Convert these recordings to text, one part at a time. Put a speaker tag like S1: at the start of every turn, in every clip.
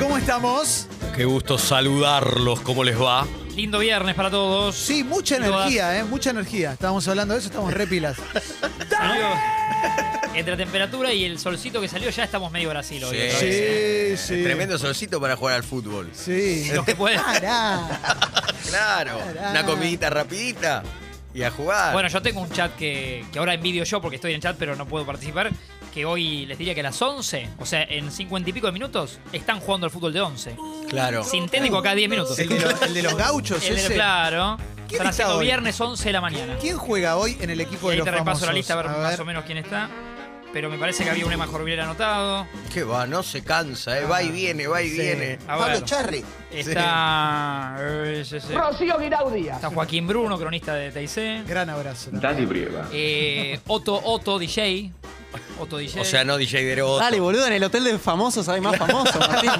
S1: ¿Cómo estamos?
S2: Qué gusto saludarlos, ¿cómo les va?
S3: Lindo viernes para todos.
S1: Sí, mucha
S3: Todas.
S1: energía, ¿eh? Mucha energía. Estábamos hablando de eso, estamos repilas.
S3: Amigos, entre la temperatura y el solcito que salió, ya estamos medio Brasil hoy.
S4: Sí.
S3: otra vez.
S1: Sí, sí.
S4: Tremendo solcito para jugar al fútbol.
S1: Sí.
S3: Los que pueden.
S1: Pará.
S4: Claro.
S1: Pará.
S4: Una comidita rapidita y a jugar.
S3: Bueno, yo tengo un chat que, que ahora envidio yo porque estoy en chat, pero no puedo participar. Que hoy les diría que a las 11, o sea, en 50 y pico de minutos, están jugando al fútbol de 11.
S4: claro.
S3: Sintético acá 10 minutos.
S1: El de, lo- el de los gauchos,
S3: El de-
S1: ese.
S3: claro. Están
S1: está
S3: haciendo
S1: hoy?
S3: viernes 11 de la mañana.
S1: ¿Quién juega hoy en el equipo
S3: Y
S1: de
S3: ahí
S1: los
S3: te repaso
S1: famosos?
S3: la lista a ver, más o menos quién está. Pero me parece que había un Emma Jorviel anotado.
S4: Que va, no se cansa, ¿eh? va
S3: Ah,
S4: y viene, va y
S1: Sí.
S4: viene.
S3: A ver. Ah, Está. eh, sí, sí.
S5: Rocío Guiraudía.
S3: Está Joaquín Bruno, cronista de TIC.
S1: Gran abrazo.
S6: Dani Brieva.
S3: Eh, Otto, Otto, DJ. Otto, DJ.
S4: O sea, no DJ Deroto.
S7: Dale, boludo, en el hotel de famosos hay más famosos, Martín.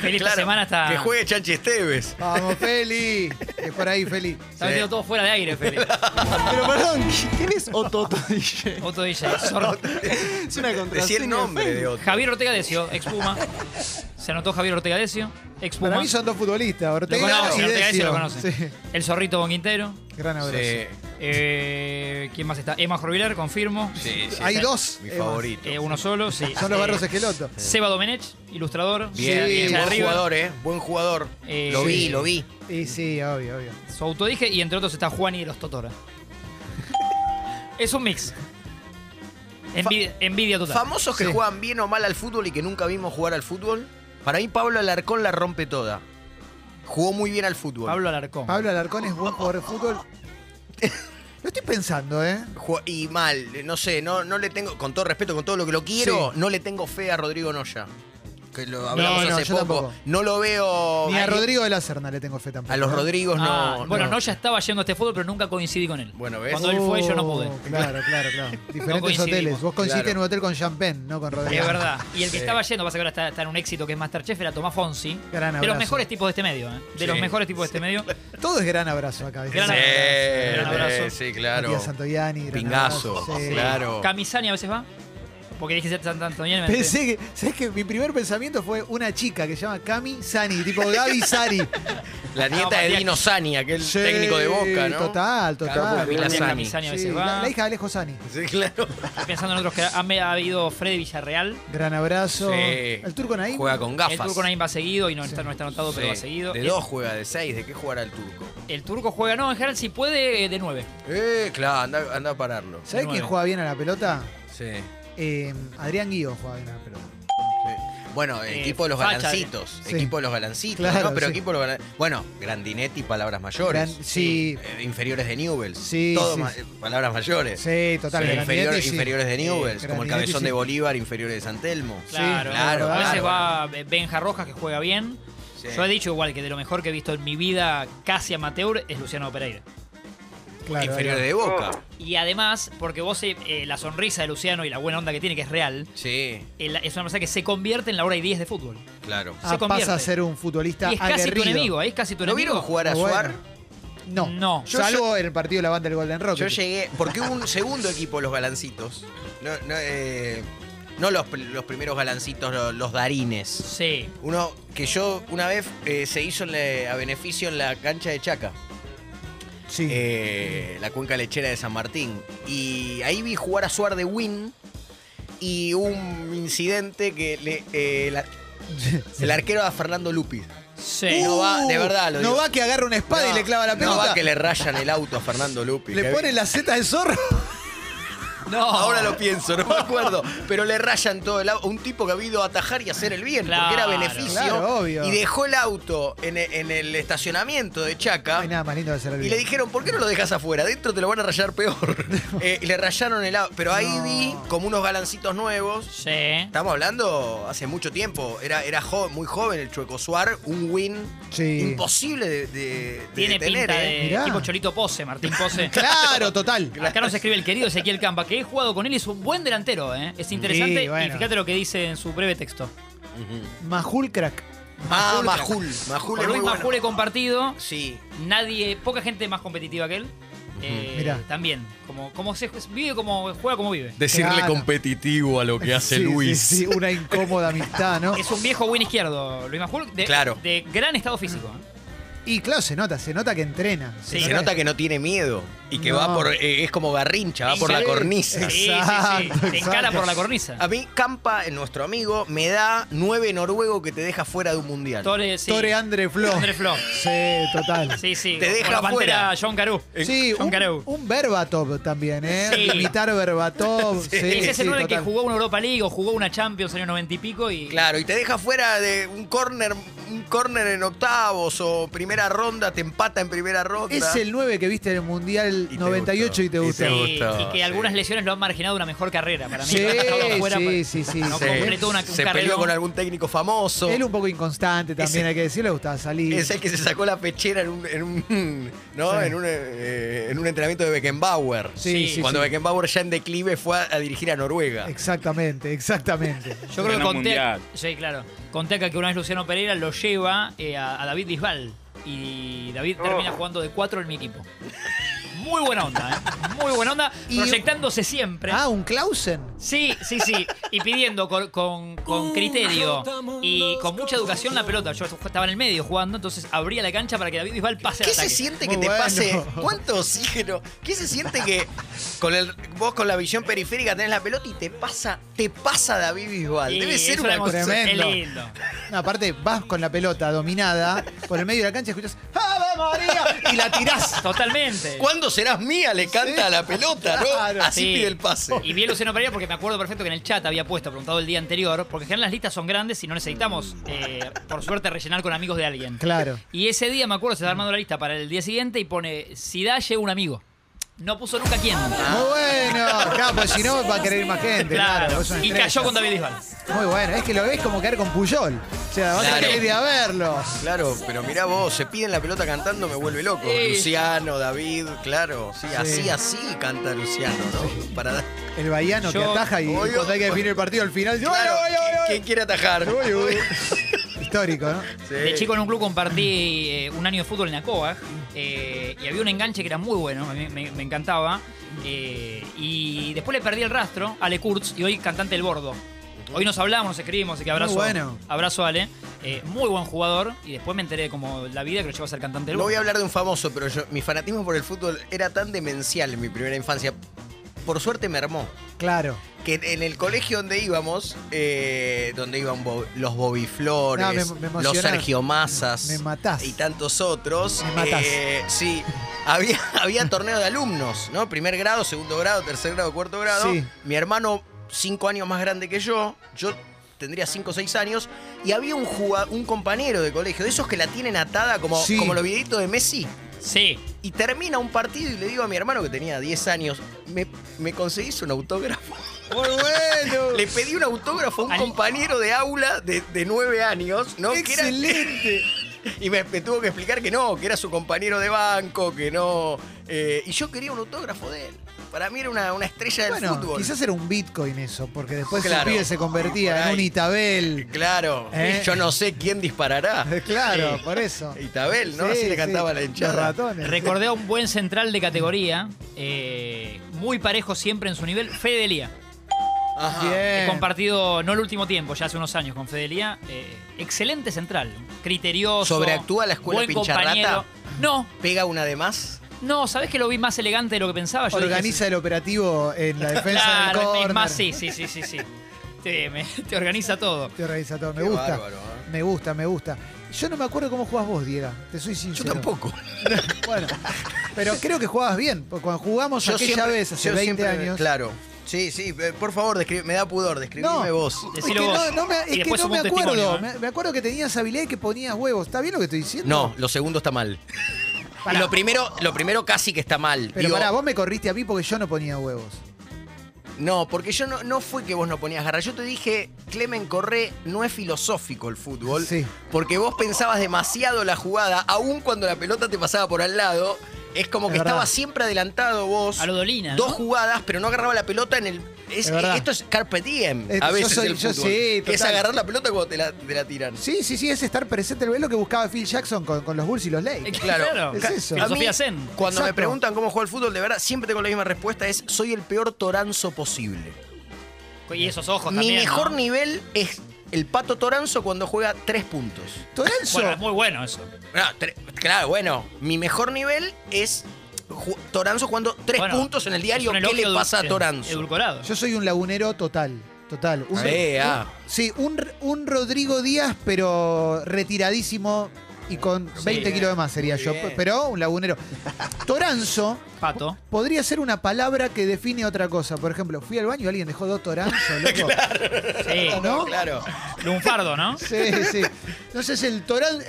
S3: Feliz esta
S4: Claro,
S3: semana está.
S4: Que juegue Chanchi Esteves.
S1: Vamos, Feli. Es por ahí, Feli.
S3: Está metido
S4: Sí.
S3: todo fuera de aire, Felipe.
S7: Pero perdón, ¿quién es Ototo DJ?
S3: Otto, DJ. Sor-
S7: Es una contraseña.
S4: Decía el nombre de
S7: Facebook.
S4: otro.
S3: Javier Ortega Decio, ex Puma. Se anotó Javier Ortega Decio, ex Puma.
S1: Para mí son dos futbolistas,
S3: Lo
S1: Ortega
S3: conocen,
S1: y
S3: Ortega Decio
S1: Decio.
S3: lo conocen.
S1: Sí.
S3: El Zorrito Don Quintero.
S1: Gran abrazo.
S4: Sí,
S3: Eh, ¿Quién más está? Emma Jorviler, confirmo.
S4: sí, sí.
S1: Hay dos.
S4: Mi
S1: Emma.
S4: favorito.
S3: Eh, uno solo, sí.
S1: Son los
S3: Eh,
S1: barros esqueloto.
S3: Seba Domenech, ilustrador.
S4: Bien,
S1: Sí,
S3: hincha de
S4: buen
S3: River.
S4: jugador, ¿eh? Buen jugador.
S3: Eh,
S4: lo vi,
S3: sí.
S4: lo vi.
S1: Y sí, obvio, obvio.
S3: Su autodije y entre otros está Juani de los Totora. es un mix. Envidia, envidia total.
S4: Famosos que
S1: Sí.
S4: juegan bien o mal al fútbol y que nunca vimos jugar al fútbol. Para mí, Pablo Alarcón la rompe toda. Jugó muy bien al fútbol.
S3: Pablo Alarcón.
S1: Pablo Alarcón es buen jugador de fútbol. Lo estoy pensando, ¿eh?
S4: Ju- Y mal, no sé, no, no le tengo, con todo respeto, con todo lo que lo quiero,
S1: Sí.
S4: no le tengo fe a Rodrigo Noya. Que lo hablamos
S1: no,
S4: hace
S1: yo
S4: poco.
S1: tampoco.
S4: No lo
S3: Oh,
S4: veo.
S1: Ni a
S4: Ay,
S1: Rodrigo de la Serna le tengo fe tampoco.
S4: a los Rodrigos
S3: Ah,
S4: no.
S3: bueno,
S4: no.
S3: no ya estaba yendo a este fútbol, pero nunca coincidí con él.
S4: Bueno, ¿ves?
S3: Cuando él fue, yo no pude.
S1: Oh, Claro, claro, claro. Diferentes
S3: coincidimos.
S1: hoteles. Vos coincidiste
S4: Claro.
S1: en un hotel con Champagne, no con Rodrigo.
S3: Es verdad. Y el que estaba yendo, pasa que ahora está, está en un éxito que es Masterchef, era Tomás Fonsi.
S1: Gran
S3: de los
S1: abrazo.
S3: mejores tipos de este medio, ¿eh? De
S4: Sí,
S3: los mejores tipos de este medio.
S1: Todo es gran abrazo acá. ¿viste?
S3: Gran
S4: Sí,
S3: abrazo, gran abrazo.
S4: sí, sí, claro.
S1: Matías Santoianni, gran
S4: Pingazo,
S1: abrazo, sí.
S4: claro.
S3: Camisani a veces va. Porque dije Santo Antonio. y me-
S1: Pensé que, ¿sabes que Mi primer pensamiento fue una chica que se llama Cami Sani, tipo Gaby Sani.
S4: La
S3: No,
S4: nieta de
S3: Matías-
S4: Dino Sani, aquel
S1: Sí,
S4: técnico de Boca, ¿no?
S1: Total,
S4: Claro,
S1: total.
S4: Camila
S3: También
S4: Sani.
S3: Camisani a
S1: Sí,
S3: veces va.
S1: la, la hija de Alejo Sani.
S4: Sí, claro.
S3: Estoy pensando en otros que ha, me- ha habido Freddy Villarreal.
S1: Gran abrazo.
S4: Sí.
S1: El turco Naim.
S4: Juega con
S3: El
S4: gafas.
S3: turco Naim va seguido y no, está, no está anotado, pero
S4: Sí,
S3: va seguido.
S4: De
S3: El-
S4: dos juega, de seis. ¿De qué jugará el turco?
S3: El turco juega, no, en general si puede, eh, de nueve.
S4: Eh, claro, anda, anda a pararlo.
S1: ¿Sabés
S3: Nueve.
S1: quién juega bien a la pelota?
S4: Sí. sí.
S1: Eh, Adrián Guido juega bien a la pelota.
S4: Bueno,
S3: Eh,
S4: equipo de los
S3: facha,
S4: galancitos.
S1: eh. Sí.
S4: Equipo de los galancitos.
S1: Claro,
S4: ¿no? Pero
S1: sí.
S4: equipo de los galan- Bueno, Grandinetti, palabras mayores.
S1: Gran- sí.
S4: Eh, inferiores de Newells.
S1: Sí,
S4: Todo
S1: sí,
S4: ma-
S1: sí.
S4: eh, palabras mayores.
S1: Sí, total.
S4: Inferior-
S1: Grandinetti, sí.
S4: Inferiores de Newells.
S1: Sí,
S4: como el
S1: Grandinetti,
S4: cabezón
S1: sí.
S4: de Bolívar, inferiores de San Telmo.
S3: Claro,
S4: claro,
S3: A veces
S4: claro.
S3: va eh, Benja Rojas, que juega bien.
S4: Sí.
S3: Yo he dicho igual que de lo mejor que he visto en mi vida, casi amateur, es Luciano Pereira.
S1: Claro,
S4: inferiores de Boca.
S3: Y además, porque vos eh, eh, la sonrisa de Luciano y la buena onda que tiene, que es real,
S4: Sí,
S3: eh, la- es una persona que se convierte en la hora y 10 de fútbol.
S4: claro.
S1: Ah,
S3: convierte.
S1: pasa a ser un futbolista
S3: y es casi tu
S1: aguerrido.
S3: enemigo, eh, es casi tu
S4: ¿Lo
S3: enemigo.
S4: vieron jugar a
S1: Bueno.
S4: Suar?
S1: No.
S3: No.
S4: Yo-
S1: Salvo en el partido de la banda del Golden Rock.
S4: Yo llegué, porque hubo un segundo equipo, los galancitos. No, no, eh, no los, pr- los primeros galancitos, lo- los, darines.
S3: Sí.
S4: Uno que yo una vez eh, se hizo en la- a beneficio en la cancha de Chaca,
S1: Sí.
S4: eh, la cuenca lechera de San Martín. Y ahí vi jugar a Suar de Win y hubo un incidente que le, eh, la- el arquero era Fernando Lupi.
S3: Sí.
S4: Eh, no va, de verdad, lo
S1: No
S4: digo.
S1: va que agarra una espada y le clava la pelota.
S4: No va que le rayan el auto a Fernando Lupi.
S1: Le
S4: que-
S1: pone la zeta de zorro.
S3: No.
S4: Ahora lo pienso, no me acuerdo. Pero le rayan todo el auto. Un tipo que ha ido a atajar y hacer el bien, porque era
S3: Claro.
S4: beneficio.
S1: Claro, obvio.
S4: Y dejó el auto en e- en el, estacionamiento
S1: No
S4: de
S1: hay
S4: Chaca.
S1: nada más lindo que hacer el
S4: Y le dijeron, ¿por qué no lo dejas afuera? Dentro te lo van a rayar peor. Eh, y le rayaron el auto. Pero ahí
S1: No.
S4: vi como unos galancitos nuevos.
S3: Sí.
S4: Estamos hablando hace mucho tiempo. Era, era jo- muy joven el Chueco Suar. Un win
S1: Sí.
S4: imposible de, de- de
S3: Tiene
S4: detener.
S3: pinta
S4: ¿eh?
S3: de
S1: Mirá.
S3: tipo Cholito Pose, Martín Pose.
S1: Claro, total.
S3: Acá nos escribe el querido Ezequiel Campa, que he jugado con él y es un buen delantero, ¿eh? Es interesante
S1: Sí, bueno.
S3: y fíjate lo que dice en su breve texto.
S1: Majul crack.
S4: Ah, Majul. Majul
S3: Con
S4: es muy
S3: Luis
S4: bueno.
S3: Majul he compartido,
S4: Sí.
S3: nadie, poca gente más competitiva que él. eh,
S1: Mirá.
S3: también. Como, como se vive, como juega, como vive.
S2: Decirle
S1: Claro.
S2: competitivo a lo que hace
S1: Sí, sí,
S2: Luis.
S1: sí, una incómoda amistad, ¿no?
S3: Es un viejo win izquierdo, Luis Majul, de,
S4: Claro.
S3: de gran estado físico. ¿eh?
S1: Y claro, se nota, se nota que entrena.
S3: Sí.
S4: Se nota que no tiene miedo y que
S1: No.
S4: va por. eh, es como garrincha, va por la
S3: Sí.
S4: cornisa.
S3: Sí, sí, sí.
S1: Exacto,
S3: Te escala
S1: exacto.
S3: por la cornisa.
S4: A mí, Campa, nuestro amigo, me da nueve noruego que te deja fuera de un mundial.
S3: Tore, sí.
S1: Tore Andre Flo.
S3: Andre Flo.
S1: Sí, total.
S3: Sí, sí.
S4: Te
S3: con
S4: deja
S3: la pantera
S4: afuera.
S3: John Carew.
S1: Sí,
S3: John Carew.
S1: un, un Berbatov también, ¿eh?
S3: Sí.
S1: Imitar Berbatov. Sí,
S3: Ese es el
S1: sí,
S3: hombre que
S1: total.
S3: jugó una Europa League o jugó una Champions en el 90 y pico y
S4: Claro, y te deja fuera de un corner, un corner en octavos o primera ronda, te empata en primera ronda.
S1: Es el 9 que viste en el Mundial
S4: Y te
S1: 98 y te
S2: gustó.
S1: gusta.
S2: te
S3: Sí,
S2: gustó,
S3: y que
S2: sí.
S3: algunas lesiones lo han marginado de una mejor carrera para mí.
S1: Sí,
S3: Dejarlo afuera,
S1: sí,
S3: pues,
S1: sí, sí,
S3: No
S1: sí.
S3: completó una un
S4: se peleó
S3: carrerón.
S4: con algún técnico famoso.
S1: Él un poco inconstante también,
S4: Ese-
S1: hay que decir, le gustaba salir.
S4: Es el que se sacó la pechera en un, en un- ¿no?
S1: Sí.
S4: en un, eh, en un entrenamiento de Beckenbauer.
S1: sí,
S3: Sí.
S1: sí,
S4: Cuando
S1: sí.
S4: Beckenbauer ya en declive fue a, a dirigir a Noruega.
S1: Exactamente, exactamente.
S3: Yo creo que
S5: Ganó
S3: conté,
S5: Mundial.
S3: sí, claro, conté acá que una vez Luciano Pereira lo lleva eh, a, a David Bisbal y David termina jugando de cuatro en mi equipo. Muy buena onda, ¿eh? Muy buena onda,
S1: Y-
S3: proyectándose siempre.
S1: Ah, un Clausen.
S3: Sí, sí, sí. Y pidiendo con, con- con criterio y con mucha educación la pelota. Yo estaba en el medio jugando, entonces abría la cancha para que David Bisbal pase
S4: ¿Qué
S3: al
S4: se
S3: ataque.
S4: siente
S1: Muy
S4: que te
S1: bueno.
S4: pase? ¿Cuánto oxígeno? ¿Qué se siente que con el, vos con la visión periférica tenés la pelota y te pasa, te pasa David Bisbal?
S3: Y
S4: Debe ser
S3: es
S4: una
S3: emoción,
S4: cosa.
S1: tremenda. tremendo.
S3: Es lindo.
S1: No, aparte, vas con la pelota dominada por el medio de la cancha y escuchas ¡Ave María! Y la tirás.
S3: Totalmente.
S4: ¿Cuándo serás mía? Le canta a la pelota, ¿no?
S1: Claro.
S4: Así
S3: Sí.
S4: pide el pase.
S3: Y vi a Luciano Pereira porque me acuerdo perfecto que en el chat había puesto, preguntado el día anterior, porque en general las listas son grandes y no necesitamos, eh, por suerte, rellenar con amigos de alguien.
S1: Claro.
S3: Y ese día me acuerdo, se está armando la lista para el día siguiente y pone, si da, llega un amigo. No puso nunca quién.
S1: Muy bueno. Claro, pues si no va a querer ir más gente. Claro.
S3: Claro.
S1: vos sos
S3: Y
S1: estrella.
S3: cayó con David Bisbal.
S1: Muy bueno. Es que lo ves como caer con Puyol. O sea, vas a
S4: Claro.
S1: querer ir a verlo.
S4: Claro, pero mirá vos, se piden la pelota cantando, me vuelve loco.
S3: Sí.
S4: Luciano, David, claro. sí, así, así canta Luciano, ¿no? Para dar-
S1: El bahiano que
S3: Yo-
S1: ataja y
S4: Oy,
S1: cuando hay que
S4: oy.
S1: definir el partido al final. ¡yo,
S4: Claro,
S1: yo, yo, yo!
S4: ¿quién quiere atajar?
S1: Histórico, ¿no?
S4: Sí.
S3: De chico en un club compartí eh, un año de fútbol en la COAG eh, y había un enganche que era muy bueno, a mí me, me encantaba. eh, y después le perdí el rastro a Ale Kurtz y hoy cantante del bordo. Hoy nos hablamos, nos escribimos, así que abrazo,
S1: Muy bueno.
S3: abrazo a Ale. eh, muy buen jugador y después me enteré de como la vida que lo llevó a ser cantante del
S4: No voy
S3: bordo.
S4: a hablar de un famoso, pero yo- mi fanatismo por el fútbol era tan demencial en mi primera infancia. Por suerte me armó.
S1: Claro.
S4: Que en- en el colegio donde íbamos, eh, donde iban Bo- los Bobby Flores,
S1: No, me- me emocionás.
S4: los Sergio Massas
S1: Me matás.
S4: y tantos otros.
S1: Me matás.
S4: eh, sí. Había, había torneo de alumnos, ¿no? Primer grado, segundo grado, tercer grado, cuarto grado.
S1: Sí.
S4: Mi hermano, cinco años más grande que yo, yo tendría cinco o seis años, y había un, juga- un compañero de colegio, de esos que la tienen atada como,
S1: Sí.
S4: como los videitos de Messi.
S3: Sí,
S4: Y termina un partido y le digo a mi hermano que tenía 10 años, ¿me, me conseguís un autógrafo?
S1: Muy bueno.
S4: Le pedí un autógrafo a un
S3: Al-
S4: compañero de aula de, de 9 años, ¿no? Que era-
S1: Excelente.
S4: y me, me tuvo que explicar que no, que era su compañero de banco, que no. eh, y yo quería un autógrafo de él. Para mí era una, una estrella del
S1: Bueno,
S4: fútbol.
S1: quizás era un Bitcoin eso, porque después el
S4: Claro.
S1: pibe se
S4: Por
S1: convertía en
S4: ahí.
S1: un Itabel.
S4: Claro,
S1: ¿Eh?
S4: yo no sé quién disparará.
S1: Claro,
S4: Sí.
S1: por eso.
S4: Itabel, ¿no?
S1: Sí,
S4: Así le cantaba
S1: sí.
S4: la
S1: Los
S4: hinchada.
S1: ratones.
S3: recordé a un buen central de categoría, eh, muy parejo siempre en su nivel, Fede Lía.
S4: Ajá.
S1: Bien.
S3: He compartido, no el último tiempo, ya hace unos años con Fedelía. eh, excelente central, criterioso.
S4: ¿Sobreactúa la escuela
S3: buen
S4: pincharrata?
S3: compañero. No,
S4: Pega una de más.
S3: no, ¿sabés que lo vi más elegante de lo que pensaba? Yo dije,
S1: Organiza el operativo en la
S3: sí,
S1: defensa del
S3: claro, es
S1: córner.
S3: más, sí, sí, sí, sí. sí. Te, me- te organiza todo.
S1: Te organiza todo. Me
S4: Qué
S1: gusta.
S4: bárbaro, ¿eh?
S1: Me gusta, me gusta. Yo no me acuerdo cómo jugás vos, Diego. Te soy
S4: Yo
S1: sincero.
S4: tampoco.
S1: Bueno, pero creo que jugabas bien. Porque cuando jugamos aquella vez, hace
S4: yo
S1: 20
S4: siempre-
S1: años.
S4: Claro. Sí, sí, eh, por favor, describe- me da pudor, describime
S1: No.
S4: vos.
S1: Es que
S3: Decilo vos.
S1: no, no me,
S3: Y
S1: es que
S3: después
S1: no me
S3: somos
S1: acuerdo.
S3: testimonio, ¿eh?
S1: Me, me acuerdo que tenías habilidad y que ponías huevos. ¿Está bien lo que estoy diciendo?
S4: No, lo segundo está mal.
S3: Pará.
S4: Lo primero, lo primero casi que está mal.
S1: Pero
S4: Digo,
S1: pará, vos me corriste a mí porque yo no ponía huevos.
S4: No, porque yo no, no fue que vos no ponías garra. Yo te dije, Clemen Corré, no es filosófico el fútbol.
S1: Sí.
S4: Porque vos pensabas demasiado la jugada, aun cuando la pelota te pasaba por al lado. Es como
S1: Es
S4: que
S1: verdad.
S4: estaba siempre adelantado vos.
S3: A lo Dolina, ¿no?
S4: Dos jugadas, pero no agarraba la pelota en el. es-
S1: Es verdad.
S4: esto es Carpe Diem.
S1: Es-
S4: a
S1: yo
S4: veces
S1: soy-
S4: el
S1: yo
S4: fútbol,
S1: sí,
S4: que es
S1: total.
S4: agarrar la pelota cuando te la, te la tiran.
S1: Sí, sí, sí, es estar presente. Es lo que buscaba Phil Jackson con, con los Bulls y los
S3: Eh,
S1: Lakers.
S4: claro.
S1: Es eso.
S4: A mí,
S3: Filosofía Zen.
S4: Cuando me
S1: Exacto.
S4: preguntan cómo juega el fútbol, de verdad, siempre tengo la misma respuesta: es soy el peor toranzo posible.
S3: Y esos ojos
S4: Mi
S3: también.
S4: mejor
S3: ¿no?
S4: nivel es el pato toranzo cuando juega tres puntos.
S1: Toranzo.
S3: Bueno, es muy bueno eso.
S4: No,
S1: Ah,
S4: tre- claro, bueno, mi mejor nivel es ju- Toranzo jugando tres
S3: Bueno,
S4: puntos en el
S3: es
S4: diario.
S3: un
S4: ¿Qué le
S3: elogio
S4: pasa a
S3: edul-
S4: Toranzo?
S3: Edulcorado.
S1: Yo soy un lagunero total. Total. Un-
S4: Sí, ah.
S1: Sí, un, un Rodrigo Díaz, pero retiradísimo y con 20
S3: bien,
S1: kilos de más sería
S4: muy
S1: yo,
S4: bien.
S1: pero un lagunero. Toranzo
S3: Pato.
S1: podría ser una palabra que define otra cosa. Por ejemplo, fui al baño y alguien dejó dos toranzos, loco.
S3: Sí.
S1: Eh, ¿No?
S4: Claro.
S3: Lunfardo, ¿no?
S1: Sí, sí. Entonces el toranzo.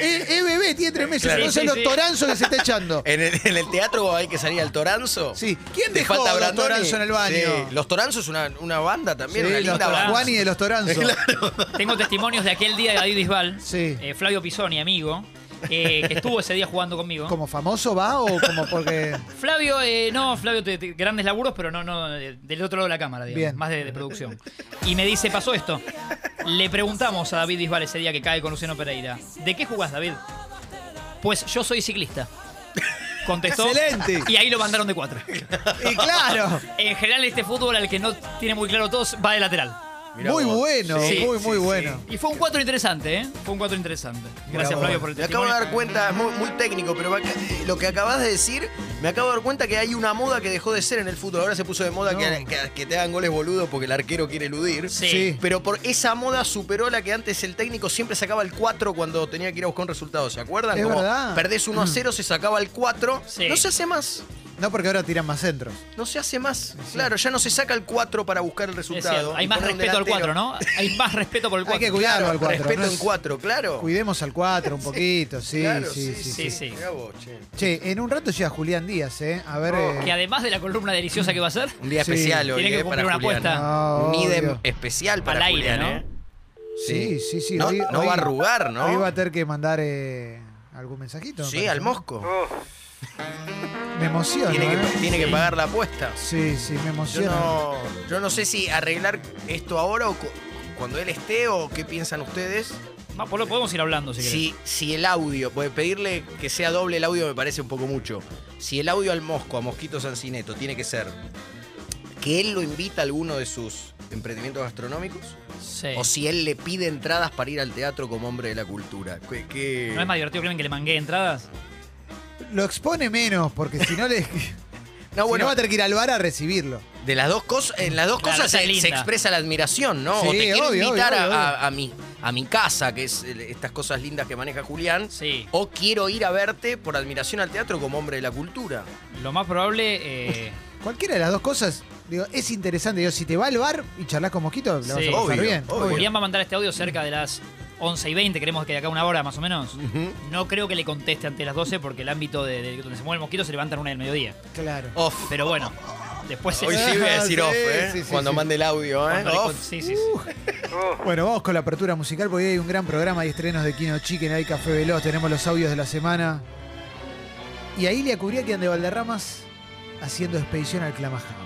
S1: Es bebé, tiene tres meses.
S3: Claro.
S1: Entonces
S3: Sí, sí,
S1: los
S3: sí.
S1: toranzos que se está echando.
S4: En el, en el teatro hay que salir al Toranzo.
S1: Sí. ¿Quién
S4: Te
S1: dejó
S4: falta
S1: los
S4: Brandoni.
S1: Toranzo en el baño?
S4: Sí, Los Toranzo es una, una banda
S1: Sí,
S4: también, una
S1: los
S4: linda
S1: Toranzo.
S4: banda.
S1: Juani de los toranzos.
S3: Tengo testimonios de aquel día de David Bisbal,
S1: Sí.
S3: eh, Flavio Pisoni, amigo, eh, que estuvo ese día jugando conmigo.
S1: ¿Como famoso va o como porque.?
S3: Flavio, eh, no, Flavio, te- te- grandes laburos, pero no, no, de- del otro lado de la cámara, digamos,
S1: Bien.
S3: más de, de producción. Y me dice, pasó esto. Le preguntamos a David Bisbal ese día que cae con Luciano Pereira, ¿de qué jugás, David? Pues yo soy ciclista. Contestó.
S1: Excelente.
S3: Y ahí lo mandaron de cuatro.
S1: Y claro.
S3: En general, este fútbol al que no tiene muy claro todos va de lateral.
S4: Mirá
S1: muy
S4: vos.
S1: bueno,
S3: Sí,
S1: muy,
S4: sí,
S1: muy
S4: sí.
S1: bueno.
S3: Y fue un cuatro interesante, ¿eh? Fue un cuatro interesante. Gracias,
S1: vos.
S3: Flavio, por el
S4: Me acabo de
S3: testimonio.
S4: dar cuenta, es muy, muy técnico, pero va- eh, lo que acabas de decir, me acabo de dar cuenta que hay una moda que dejó de ser en el fútbol. Ahora se puso de moda
S1: No.
S4: que, que- que te hagan goles boludos porque el arquero quiere eludir.
S3: Sí.
S1: Sí.
S4: Pero por esa moda superó la que antes el técnico siempre sacaba el 4 cuando tenía que ir a buscar un resultado. ¿Se acuerdan?
S1: Es verdad. Mm.
S4: Perdés 1 a 0, se sacaba el 4.
S3: Sí.
S4: No se hace más.
S1: No porque ahora tiran más centros.
S4: No se hace más. Claro, ya no se saca el 4 para buscar el
S3: Es
S4: resultado.
S3: cierto, Hay
S4: y
S3: más
S4: pone un
S3: respeto al
S4: delantero.
S3: cuatro, ¿no? Hay más respeto por el
S1: Hay que
S3: cuatro.
S1: cuidarlo al 4.
S4: Respeto en 4, claro.
S1: Cuidemos al 4 un poquito, sí,
S4: Claro,
S1: sí, sí, sí.
S3: sí. sí.
S4: Mirá vos, che.
S1: Che, en un rato llega Julián Díaz, ¿eh? A ver. eh,
S3: Que además de la columna deliciosa que va a ser,
S4: Un día
S1: Sí.
S4: especial hoy.
S3: Tiene que
S4: eh,
S3: cumplir
S4: para
S3: una
S4: Julián.
S3: apuesta.
S1: Ah,
S4: Un
S1: obvio.
S4: idem especial para
S3: Al aire,
S4: Julián,
S3: ¿no?
S4: ¿eh?
S1: Sí, sí, sí.
S4: No,
S1: hoy-
S4: no
S1: hoy-
S4: va a arrugar, ¿no?
S1: Hoy va a tener que mandar eh, algún mensajito. me
S4: sí,
S1: parece.
S4: al mosco.
S1: Me emociona.
S4: Tiene
S1: ¿eh?
S4: que, tiene que pagar la apuesta.
S1: Sí, sí, me
S4: Yo
S1: emociona.
S4: no, yo no sé si arreglar esto ahora o cu- cuando él esté o qué piensan ustedes.
S3: Va, Polo, podemos ir hablando si querés.
S4: Si, si el audio, porque pedirle que sea doble el audio me parece un poco mucho. Si el audio al Mosco, a Mosquito Sancineto, tiene que ser que él lo invita a alguno de sus emprendimientos gastronómicos
S3: Sí.
S4: o si él le pide entradas para ir al teatro como hombre de la cultura. Que, que-
S3: ¿No es más divertido, Clemen, que le mangué entradas?
S1: Lo expone menos, porque si no le.
S4: No,
S1: si no va a tener que ir al bar a recibirlo.
S4: De las dos cosas, en las dos
S3: Claro,
S4: cosas
S3: esa
S4: se,
S3: es
S4: se
S3: linda.
S4: expresa la admiración, ¿no?
S1: Sí,
S4: o te quiero
S1: obvio,
S4: invitar
S1: obvio,
S4: a, a- a mi, a mi casa, que es el- estas cosas lindas que maneja Julián.
S3: Sí.
S4: O quiero ir a verte por admiración al teatro como hombre de la cultura.
S3: Lo más probable. eh,
S1: Cualquiera de las dos cosas, digo, es interesante. Digo, si te va al bar y charlas con mosquito, la vas
S3: Sí.
S1: a pasar
S4: Obvio,
S1: bien.
S4: obvio.
S3: Julián va a mandar este audio cerca de las 11 y 20, queremos que de acá a una hora más o menos. No creo que le conteste antes de las 12 porque el ámbito de, de donde se mueve el mosquito se levanta a la una del mediodía.
S1: Claro.
S4: Off.
S3: Pero bueno, después se.
S4: Hoy sí voy a decir
S1: Sí,
S4: off, ¿eh?
S1: sí, sí,
S4: Cuando
S1: sí.
S4: mande el audio, ¿eh?
S3: cuando le con-
S4: Off.
S3: sí, sí, sí.
S1: Bueno, vamos con la apertura musical porque hoy hay un gran programa de estrenos de Kino Chicken, hay Café Veloz, tenemos los audios de la semana. Y ahí le acuría que de Valderramas haciendo expedición al Clamajano.